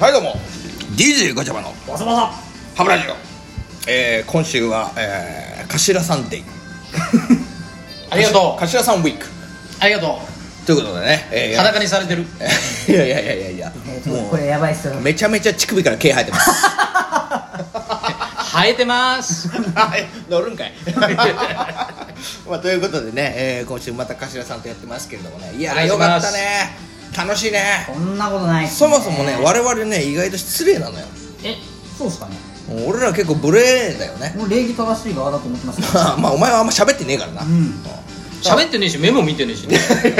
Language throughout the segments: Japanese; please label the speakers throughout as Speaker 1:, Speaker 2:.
Speaker 1: はいどうも DJ ガチャバの
Speaker 2: バサバサ
Speaker 1: ハブラジオ、えー、今週は、えー、頭さんデイ
Speaker 2: ありがとう
Speaker 1: 頭さんウィーク
Speaker 2: ありがと
Speaker 1: ということでね、え
Speaker 2: う
Speaker 1: ー、
Speaker 2: 裸にされてる
Speaker 1: いやいやいやいやいやも
Speaker 3: これやばいっすよ
Speaker 1: うめちゃめちゃ乳首から毛生えてます
Speaker 2: 生えてます
Speaker 1: はい乗るんかい まあということでね、えー、今週また頭さんとやってますけれどもねいや
Speaker 2: お願
Speaker 1: ー
Speaker 2: い
Speaker 1: よ
Speaker 2: し
Speaker 1: か
Speaker 2: ま
Speaker 1: っ
Speaker 2: す
Speaker 1: たね楽しいね
Speaker 3: こんなことないっす
Speaker 1: そもそもね我々ね意外と失礼なのよ
Speaker 3: えそうっすかね
Speaker 1: 俺ら結構無礼だよね
Speaker 3: もう礼儀正しい側だと思ってますよ
Speaker 1: まあお前 はあんま喋ってねえからな、
Speaker 3: うん
Speaker 2: 喋ってねえしメモ見てねえ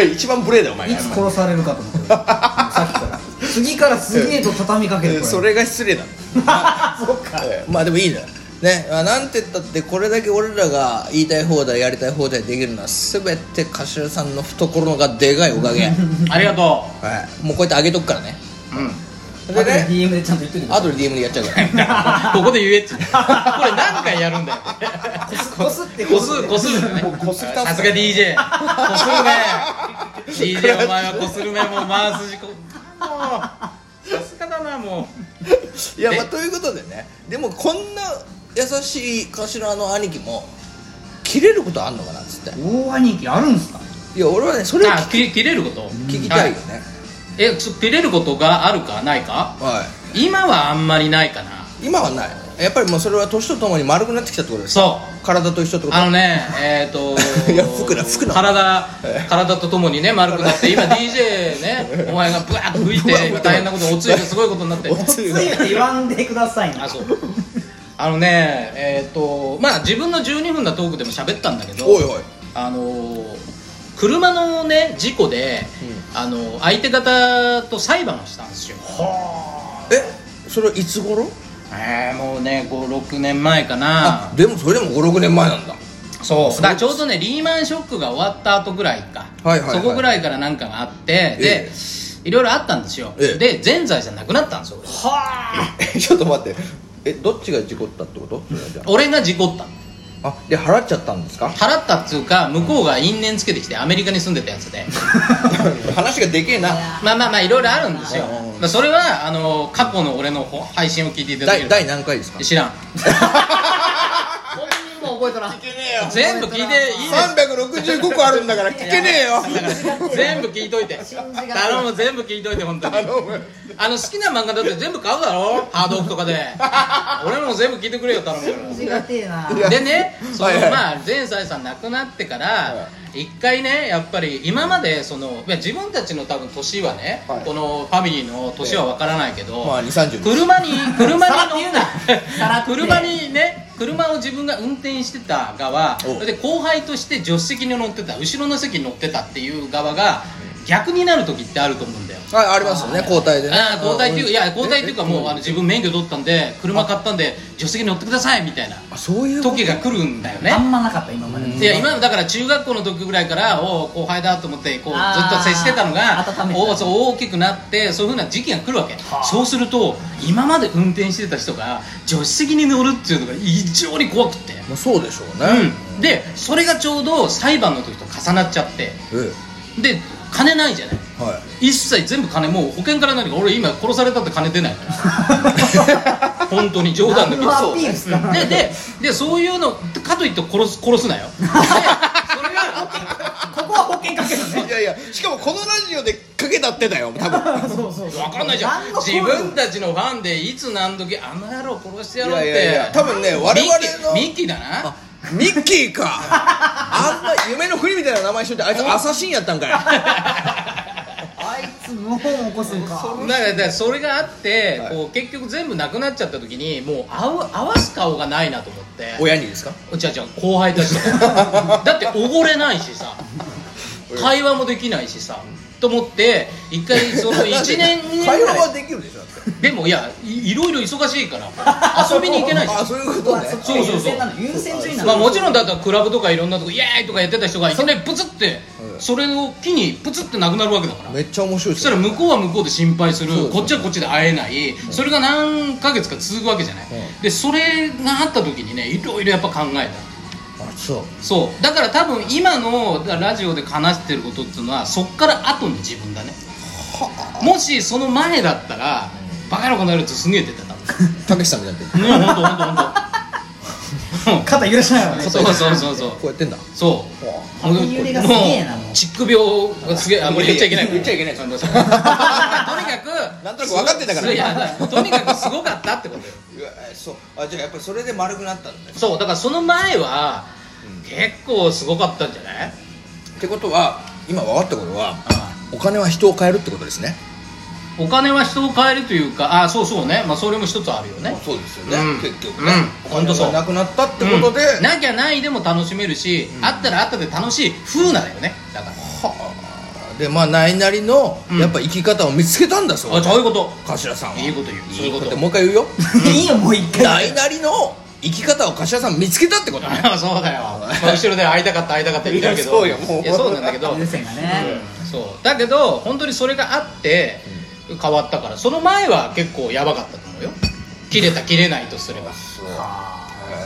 Speaker 2: し
Speaker 1: 一番無礼だよお前
Speaker 3: い
Speaker 1: が
Speaker 3: つ殺されるかと思ってるさっきから次からすげえと畳みかけ
Speaker 1: え
Speaker 3: る
Speaker 1: ー
Speaker 3: これ
Speaker 1: それが失礼だ
Speaker 3: そっか
Speaker 1: えーまあでもいいねねあなんて言ったってこれだけ俺らが言いたい放題やりたい放題できるのは全て頭さんの懐がでかいおかげ、はい、
Speaker 2: ありがと
Speaker 1: もうこうやってあげとくからね
Speaker 2: ううん
Speaker 1: で
Speaker 3: 後で
Speaker 1: ね
Speaker 3: DM でちゃんと言っといてくだ
Speaker 1: あとで DM でやっちゃうから
Speaker 2: ここで言え っつうのこれ何回やるんだよ
Speaker 3: さいこすって
Speaker 2: こすこするんだね
Speaker 1: こすったっすね
Speaker 2: さすが DJ こするね DJ お前はこするねもう回す時こもうさすがだなも
Speaker 1: いやまあということでねでもこんな優しい頭の兄貴も切れることあんのかなっつって
Speaker 3: 大兄貴あるんすか
Speaker 1: いや俺はねそうれを
Speaker 2: あ
Speaker 1: 聞き
Speaker 2: き切れること
Speaker 1: 聞きたいよ
Speaker 2: は
Speaker 1: ね
Speaker 2: えちょ切れることがあるかないか
Speaker 1: は
Speaker 2: 今はあんまりないかない
Speaker 1: 今はないやっぱりもうそれは年とともに丸くなってきたってことです
Speaker 2: そう
Speaker 1: 体と一緒ってこと
Speaker 2: あのね、えっ、と
Speaker 1: いや服だ服だ
Speaker 2: 体体とともにね丸くなって今 DJ ねお前がブワーッと吹いて
Speaker 1: ブワーッと
Speaker 2: 大変なことおつゆがすごいことになって
Speaker 1: おつ
Speaker 3: つ
Speaker 1: ゆが
Speaker 3: いって言わんでくださいな
Speaker 2: あそうあのねえっ、とまあ自分の12分のトークでも喋ったんだけど
Speaker 1: おいおい
Speaker 2: あのー車のね事故で、あのー相手方と裁判をしたんですよ
Speaker 1: えそれはいつ頃
Speaker 2: えー、もうね56年前か
Speaker 1: あ
Speaker 2: な
Speaker 1: でもそれでも56年前なんだ
Speaker 2: そう
Speaker 1: そう
Speaker 2: だからちょうどねリーマンショックが終わった後ぐらいか、
Speaker 1: はいはいはい
Speaker 2: そこぐらいからなんかがあって
Speaker 1: え
Speaker 2: で、いろいろあったんですよ、
Speaker 1: ええ
Speaker 2: で全財産なくなったんですよ
Speaker 3: はあ
Speaker 1: えちょっと待ってえどっちが事故ったってことそれはじゃ
Speaker 2: 俺が事故ったの
Speaker 1: ああで払っちゃったんですか
Speaker 2: 払ったっつうか向こうが因縁つけてきてアメリカに住んでたやつ で
Speaker 1: 話がでけえな
Speaker 2: まあまあまあいろいろあるんですよ
Speaker 1: うんうん、
Speaker 2: まあ、それはあの過去の俺のほ配信を聞いていただけ
Speaker 1: 第
Speaker 2: ると
Speaker 1: 第何回ですか
Speaker 2: 知らん
Speaker 3: 本人も覚えとらん聞けねえよ
Speaker 2: 全部聞いていいです
Speaker 1: 365個あるんだから聞けねえよ
Speaker 2: だから全部聞いといて頼む全部聞いといて本当にあの好きな漫画だって全部買うだろハードオフとかで俺のも全部聞いてくれよ頼むから
Speaker 3: 違ってえ ない
Speaker 1: や
Speaker 2: でね、その
Speaker 1: はいはい
Speaker 2: まあ前財産亡くなってか
Speaker 1: は
Speaker 2: ら一回ねやっぱり今までそのいや自分たちの多分年はね、
Speaker 1: はい
Speaker 2: このファミリーの年はわからないけど、
Speaker 1: まあ2 3 0
Speaker 2: 車に車
Speaker 3: さらって
Speaker 2: に
Speaker 3: 言
Speaker 2: 乗
Speaker 3: うなさら
Speaker 2: っ
Speaker 3: って
Speaker 2: た車にね車を自分が運転してた側
Speaker 1: お
Speaker 2: それで後輩として助手席に乗ってた後ろの席に乗ってたっていう側が逆になる時ってあると思うんだよ
Speaker 1: はいありますよね交代でね
Speaker 2: ああ交代っていううんいや交代っていうかもうあの自分免許取ったんで車買ったんで助手席に乗ってくださいみたいな
Speaker 1: あそういうこと
Speaker 2: 時が来るんだよね
Speaker 3: あんまなかった今まで
Speaker 2: いや今だから中学校の時ぐらいからおう後輩だと思ってこうず
Speaker 3: あ
Speaker 2: っ
Speaker 3: ー
Speaker 2: と接してたのが
Speaker 3: 温めてた
Speaker 2: おうそう大きくなってそういうふうな時期が来るわけ
Speaker 3: はあ
Speaker 2: そうすると今まで運転してた人が助手席に乗るっていうのが異常に怖くて、
Speaker 1: まあそうでしょうね
Speaker 2: うん、でそれがちょうど裁判の時と重なっちゃって
Speaker 1: うん
Speaker 2: で金ないじゃない
Speaker 1: は
Speaker 2: 一切全部金もう保険から何か俺今殺されたって金出ない から本当に冗談だけど
Speaker 3: 何のアピールっすか
Speaker 2: うんでででそういうのかといって殺す殺 すなよでそれが
Speaker 3: ここは保険かける
Speaker 1: い
Speaker 3: ね
Speaker 1: いやいやしかもこのラジオでかけたってだよ多分
Speaker 3: そうそうそう
Speaker 2: 分かんないじゃん
Speaker 3: 何の
Speaker 2: 自
Speaker 3: 声
Speaker 2: 分たちのファンでいつ何時あの野郎殺してやろうっ
Speaker 1: いやいやいや
Speaker 2: て
Speaker 1: 多分ね我々の
Speaker 2: ミッキーミッキーだな
Speaker 1: あミッキーかあんな夢の国みたいな名前しといてあいつアサシンやったんかい
Speaker 3: あいつ謀反を起こすんか
Speaker 2: だからだからそれがあって、
Speaker 1: はい
Speaker 2: こう結局全部なくなっちゃった時にもう合う合わす顔がないなと思って
Speaker 1: 親にですか
Speaker 2: じゃじゃ後輩たち とかだっておごれないしさ会話もできないしさと思って一回そ の1年ぐら
Speaker 1: 会
Speaker 2: い
Speaker 1: 話はできるでしょだって
Speaker 2: でもいやいいろいろ忙しいから遊びに行 けないし
Speaker 1: あそういうことね
Speaker 3: そっちが
Speaker 2: そうそうそう
Speaker 3: 優先なの優先順位なの
Speaker 2: まあもちろんだったらクラブとかいろんなとこイエーイとかやってた人がいきなりプツってそれを機にプツってなくなるわけだから
Speaker 1: めっちゃ面白いで
Speaker 2: そ
Speaker 1: す
Speaker 2: したら向こうは向こうで心配する
Speaker 1: そうそう
Speaker 2: こっちはこっちで会えない、それが何ヶ月か続くわけじゃない、
Speaker 1: うん
Speaker 2: でそれがあった時にねいろいろやっぱ考えた
Speaker 1: あそう
Speaker 2: そうだから多分今のラジオで話してることっていうのはそっから後の自分だねもしその前だったらバカなことやるってすげえ出てた
Speaker 1: たけしさんみたいになってる
Speaker 2: もうほんとほんとほんと
Speaker 3: 肩揺らしながら
Speaker 2: そうそうそうそう
Speaker 1: こうやってんだ
Speaker 2: そう
Speaker 3: あの揺れがすげえなもう
Speaker 2: もうチック病がすげえあもう言っちゃいけない
Speaker 1: 言っちゃいけない
Speaker 2: 感動したとにかく
Speaker 1: なんとなく分かってたから
Speaker 2: いやとにかくすごかったってことよ
Speaker 1: うわそうあじゃあやっぱりそれで丸くなったんだよ
Speaker 2: そうだからその前は結構すごかったんじゃない
Speaker 1: ってことは今分かったことはお金は人を変えるってことですね
Speaker 2: お金は人を変えるというかあそうそうねまあそれも一つあるよね
Speaker 1: そうですよ
Speaker 2: うんうん
Speaker 1: お金
Speaker 2: ほんとそう
Speaker 1: がなくなったってことで、
Speaker 2: うんなきゃないでも楽しめるし、あったらあったで楽しい風なだよねだから
Speaker 1: でまあないなりの
Speaker 2: うん
Speaker 1: やっぱ生き方を見つけたんだそう
Speaker 2: あそういうこと
Speaker 1: 頭さんはい
Speaker 2: いこと言うそういうこと
Speaker 1: だってもう一回言う よ
Speaker 3: いいよもう一
Speaker 1: な
Speaker 3: 回
Speaker 1: いなりの生き方を頭さん見つけたってことね
Speaker 2: あそうだよ、まあ、後ろで会いたかった会いたかった言ってるけど
Speaker 1: いやそうよもう
Speaker 2: いやそうなんだけど
Speaker 3: 優先がね
Speaker 2: そうだけど本当にそれがあって変わったからその前は結構やばかったと思うよ切れた切れないとすれば
Speaker 1: そうえ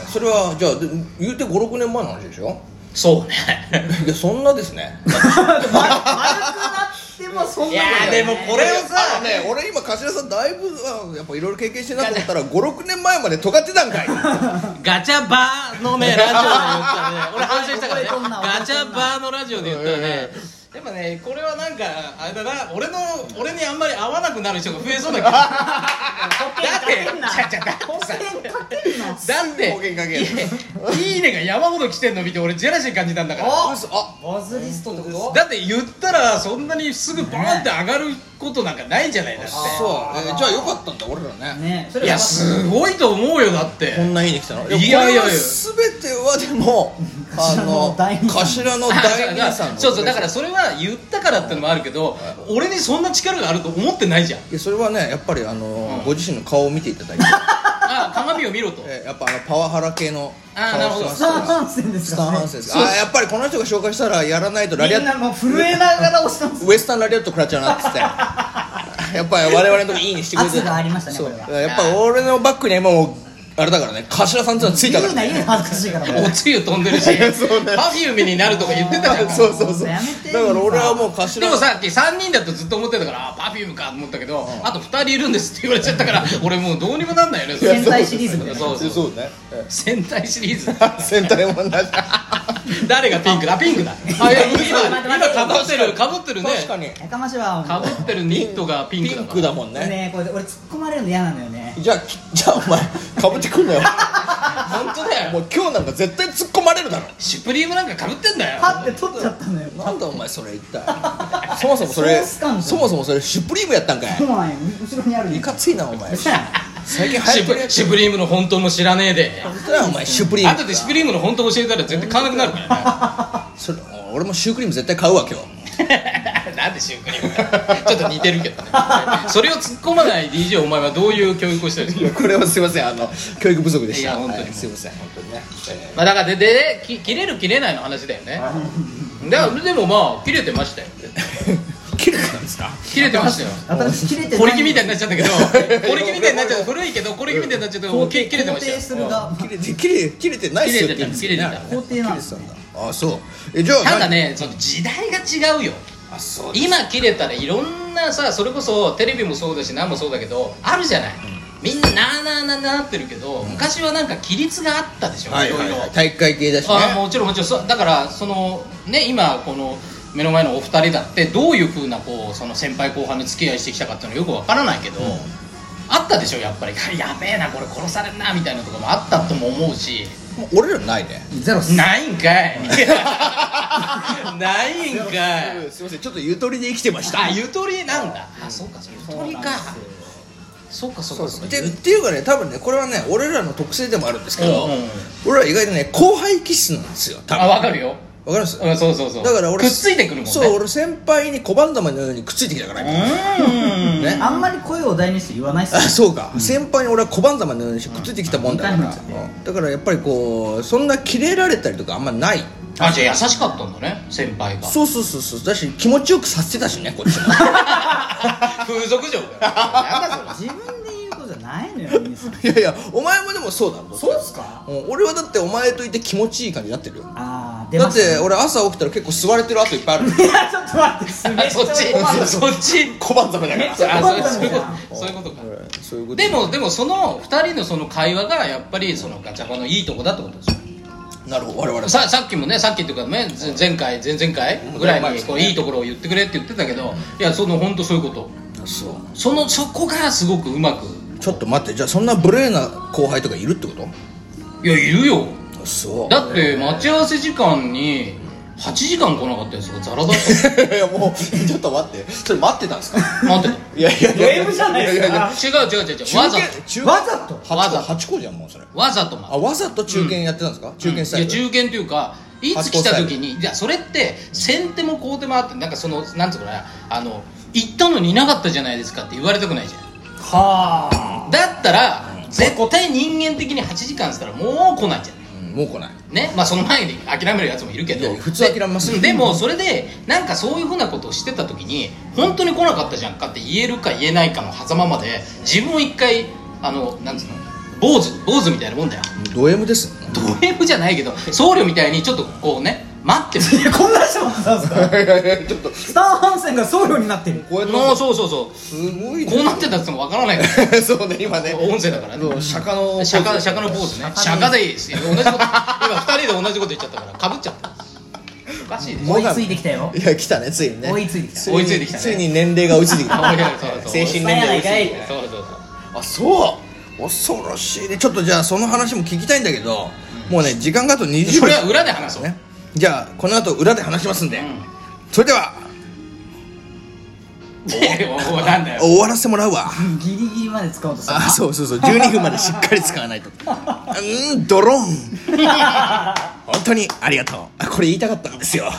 Speaker 1: ーそれはじゃあで言うて56年前の話でし ょ
Speaker 2: そうね
Speaker 1: いやそんなですね
Speaker 3: 丸くなってもそんなだよ
Speaker 1: あ
Speaker 3: ね
Speaker 1: のね俺今頭さんだいぶあやっぱいろいろ経験してるなと思ったら56年前まで尖ってたんかい
Speaker 2: ガチャバーのねラジオで言ったらね俺反省したからね
Speaker 3: 覚えとんな
Speaker 2: ガチャバーのラジオで言ったらねやっぱねこれはなんかあれだな俺の俺にあんまり合わなくなる人が増えそう な気が
Speaker 3: 保険かけんな保険かけんな
Speaker 2: するだって
Speaker 1: 冒険かける
Speaker 2: いいいいねが山ほど来てんの見て俺ジェラシー感じたんだから
Speaker 1: ああ
Speaker 3: バズリストってこと
Speaker 2: だって言ったらそんなにすぐバーンって上がることなんかないじゃないだって
Speaker 1: そうえーじゃあよかったんだ俺らね
Speaker 3: ねそ
Speaker 2: い
Speaker 3: れ
Speaker 2: やすごいと思うよだって
Speaker 1: こんな家に来たの
Speaker 2: いやいやいや
Speaker 1: これは全てはで もあの
Speaker 3: 頭
Speaker 1: 頭の大兄さん の
Speaker 2: そうそうだからそれは言ったからってのもあるけど俺にそんな力があると思ってない じゃん
Speaker 1: いやそれはねやっぱりあの、
Speaker 2: うん
Speaker 1: ご自身の顔を見ていただいて、
Speaker 2: あ鏡を見ろと
Speaker 1: えーやっぱあのパワハラ系の
Speaker 2: あーなるほど
Speaker 1: 顔して
Speaker 3: スタ
Speaker 1: ます
Speaker 3: ー
Speaker 1: から
Speaker 3: ハンセンです
Speaker 1: スター
Speaker 3: か
Speaker 1: ハンセンですあーやっぱりこの人が紹介したらやらないとラリア
Speaker 3: みん
Speaker 1: ッ
Speaker 3: なもう震えながら押してます
Speaker 1: トウエスタンラリアット食らっちゃうなっつってや っぱり我々の時いいにしてくれて
Speaker 3: 圧がありましたね
Speaker 1: そう
Speaker 3: これは
Speaker 1: やっぱ俺のバッグには今もうあれだからね頭さんっていうのはついたか
Speaker 3: 言う
Speaker 1: ら
Speaker 3: な
Speaker 1: ね
Speaker 3: 言うな恥ずかしいからもう
Speaker 2: おつゆ飛んでる し
Speaker 1: そうね
Speaker 2: パフュームになるとか言ってたじゃん
Speaker 1: そうそうそう
Speaker 3: や
Speaker 1: だ
Speaker 3: めて
Speaker 1: から俺はもう頭
Speaker 2: でもさっき3人だとずっと思ってたからあパフュームかと思ったけどあと2人いるんですって言われちゃっ たから俺もうどうにもなんないよねそれ
Speaker 3: 戦隊シリーズみたいな
Speaker 2: そうそう
Speaker 1: そう ねえ
Speaker 2: 戦隊シリーズ
Speaker 1: ー 戦隊も同じ
Speaker 2: 誰がピンクだピンクだあいや今今かぶってるかぶってるね
Speaker 1: 確かに
Speaker 3: やかましいわ
Speaker 2: かぶってるニットがピンク
Speaker 1: ピ
Speaker 2: だ
Speaker 1: ン
Speaker 2: から
Speaker 1: クだもんね
Speaker 3: ねこれ俺突っ込まれるの嫌なのよね
Speaker 1: じゃあきじゃあお前かぶってくんなよ
Speaker 2: 本当だ
Speaker 1: も
Speaker 2: よ
Speaker 1: う今日なんか絶対突っ込まれるだろ
Speaker 2: シュプリームなんかかぶってんだよ
Speaker 3: パッて取っちゃったのよ
Speaker 1: なんだお前それ一体 そもそもそれ
Speaker 3: ソース感
Speaker 1: そもそもそれシュプリームやったんか
Speaker 3: そう
Speaker 1: い
Speaker 3: なんよ後ろにあるの
Speaker 1: いかついなお前
Speaker 3: 嘘やん
Speaker 1: 最近
Speaker 2: シ
Speaker 1: 流行
Speaker 2: ュ
Speaker 1: って
Speaker 2: プ
Speaker 1: るやつ
Speaker 2: シュプリームの本当も知らねえで
Speaker 1: 本当だよお前シュプリー
Speaker 2: 後
Speaker 1: ム
Speaker 2: でシュプリームの本当教えたら絶対買わなくなるか
Speaker 1: それ俺もシュークリーム絶対買うわ今日
Speaker 2: らね なんでシュークリームだちょっと似てるけどねそれを突っ込まない DJ お前はどういう教育をしてるんですか
Speaker 1: これはすいませんあの教育不足でした
Speaker 2: いや本当に
Speaker 1: はいすいません本当にね
Speaker 2: まあだからででき切れる切れないの話だよねだからでもまあ切れてましたよ
Speaker 1: 切れてたんですか
Speaker 2: 切れてましたよ
Speaker 3: 私切れてない
Speaker 2: ポリキみたいになっちゃったけ どポリキみたいになっちゃった古いけどポリキみたいになっちゃったけど切切れてましたよ
Speaker 3: 肯定するが
Speaker 1: 切れて切れ切れてないっすよって言うんですよね
Speaker 2: 切れてた切
Speaker 3: れて
Speaker 1: あれ
Speaker 3: た
Speaker 1: ね
Speaker 3: 肯定
Speaker 1: 切れ
Speaker 3: なんで
Speaker 1: て
Speaker 3: す
Speaker 1: た
Speaker 3: ね
Speaker 1: んだあそうえじゃあ
Speaker 2: ただねその時代が違うよ
Speaker 1: あそうです
Speaker 2: 今切れたらいろんなさそれこそテレビもそうだし何もそうだけどあるじゃないみんななあなあなあなあってるけど昔はなんか規律があったでしょ
Speaker 1: はいい
Speaker 2: ろ
Speaker 1: はいい
Speaker 2: ろ
Speaker 1: はい体育会系だしね
Speaker 2: あもちろんもちろんそうだからそのね今この目の前のお二人だってどういうふうなこうその先輩後輩の付き合いしてきたかっていうのよくわからないけど、あったでしょやっぱりやべえなこれ殺されるなみたいなとかもあったとも思うし
Speaker 1: もう俺らないね
Speaker 3: ゼロっす
Speaker 2: ないんかいないんかい
Speaker 1: すいませんちょっとゆとりで生きてました
Speaker 2: あゆとりなんだ、あそうかそうゆとりかそうかそうかそうか
Speaker 1: でっていうかね多分ねこれはね俺らの特性でもあるんですけど、
Speaker 2: うんうん
Speaker 1: 俺ら意外とね後輩気質なんですよ多
Speaker 2: あ
Speaker 1: 分わ
Speaker 2: わかるよ
Speaker 1: かります
Speaker 2: うんそうそうそう
Speaker 1: だから俺
Speaker 2: くっついてくるもんね
Speaker 1: そう俺先輩に小ン玉のようにくっついてきたから、
Speaker 2: うーん
Speaker 1: ね
Speaker 3: あんまり声を大にして言わないっす
Speaker 1: あそうか、先輩に俺は小ン玉のようにしてくっついてきたもんだから、
Speaker 3: うん
Speaker 1: うんだからやっぱりこうそんなキレられたりとかあんまない
Speaker 2: あじゃあ優しかったんだね先 輩が
Speaker 1: そうそうそうそうだし気持ちよくさせてたしねこっちも
Speaker 2: 風俗嬢だよなんだそれ
Speaker 3: 自分で言うことじゃないのよ兄さん
Speaker 1: いやいやお前もでもそうだろ
Speaker 3: そうっすか
Speaker 1: うん俺はだってお前といて気持ちいい感じになってるよ
Speaker 3: あー出
Speaker 1: だ
Speaker 3: ま
Speaker 1: っ
Speaker 3: す
Speaker 1: て俺朝起きたら結構吸われてる跡いっぱいある
Speaker 3: いやちょっと待ってすげえ
Speaker 2: あそっち
Speaker 3: 困る
Speaker 2: そっち
Speaker 1: 小判ざめだ
Speaker 3: めっちゃ
Speaker 2: あ
Speaker 3: 困
Speaker 2: そうそう
Speaker 3: る
Speaker 2: いう
Speaker 3: じゃん
Speaker 2: ことそういうことか
Speaker 1: そういうこと
Speaker 2: でもでもその2人のその会話がやっぱりそのガチャバのいいとこだってことですよ
Speaker 1: なるほど我々
Speaker 2: ささっきもねさっきっていうかねぜ前回前々回ぐらいにこ
Speaker 1: 前々
Speaker 2: う
Speaker 1: 回
Speaker 2: いいところを言ってくれって言ってたけどいやその本当そういうこと
Speaker 1: そう
Speaker 2: そのそこがすごくうまく
Speaker 1: ちょっと待ってじゃあそんな無礼な後輩とかいるってこと
Speaker 2: いやいるよ
Speaker 1: そう
Speaker 2: だって待ち合わせ時間に8時間来なかったやつがザラだっ
Speaker 1: いやもうちょっと待ってそれ待ってたんですか
Speaker 2: た待ってた
Speaker 1: いやいやいや
Speaker 3: ウェブじゃないですか
Speaker 1: やや
Speaker 2: 違う違う違う違うわざ
Speaker 1: 中堅
Speaker 2: と
Speaker 1: 中
Speaker 3: わざと
Speaker 1: 八個
Speaker 2: わざと
Speaker 1: 八個じゃんもうそれ
Speaker 2: わざとま
Speaker 1: あわざと中堅やってたんですか、中堅スタイル
Speaker 2: いや中堅というかいつ来た時にいやそれって先手も後手もあってなんかそのなんつうのかなあの行ったのにいなかったじゃないですかって言われたくないじゃ
Speaker 3: はあ
Speaker 2: んだったら絶対人間的に8時間したらもう来ないじゃん
Speaker 1: うんもう来ない
Speaker 2: ねまあその前に諦めるやつもいるけど
Speaker 1: いや普通諦めますよ
Speaker 2: ででもそれでなんかそういうふうなことをしてた時に本当に来なかったじゃんかって言えるか言えないかの狭間まで自分を一回あのなんつうの坊主坊主みたいなもんだよ
Speaker 1: ド M ですね
Speaker 2: ド M じゃないけど僧侶みたいにちょっとこうね待ってる
Speaker 3: いやこんな人もなんですか
Speaker 1: いやいやちょっとこ
Speaker 3: スターハンセンが僧侶になってる
Speaker 1: うやって
Speaker 2: もうそうそうそう
Speaker 1: すごいね
Speaker 2: こうなってたっつってもわからないから
Speaker 1: そうね今ね
Speaker 2: 音声だから
Speaker 1: そう
Speaker 2: ね
Speaker 1: 釈迦の
Speaker 2: 釈迦釈迦のポーズね釈迦でいいですよ同 じこと今2人で同じこと言っちゃったからかぶっちゃったおかしいでしょ
Speaker 3: 追いついてきたよ
Speaker 1: いや来たねついにね
Speaker 3: 追いついてきた
Speaker 1: に
Speaker 2: 追いついてきたね
Speaker 1: ついに年齢が追いついてきた
Speaker 2: そうそう
Speaker 1: 精神年齢が追いついてきた
Speaker 2: そうそうそう
Speaker 1: あそう恐ろしいねちょっとじゃあその話も聞きたいんだけど、もうね時間があと20分
Speaker 2: それは裏で話そう
Speaker 1: ねじゃあこの後裏で話しますんで、
Speaker 2: うん
Speaker 1: それでは
Speaker 2: おおなんだよ
Speaker 1: 終わらせてもらうわ
Speaker 3: ギリギリまで使おうとする
Speaker 1: あそうそうそう12分までしっかり使わないとうんドローン本当にありがとうこれ言いたかったんですよ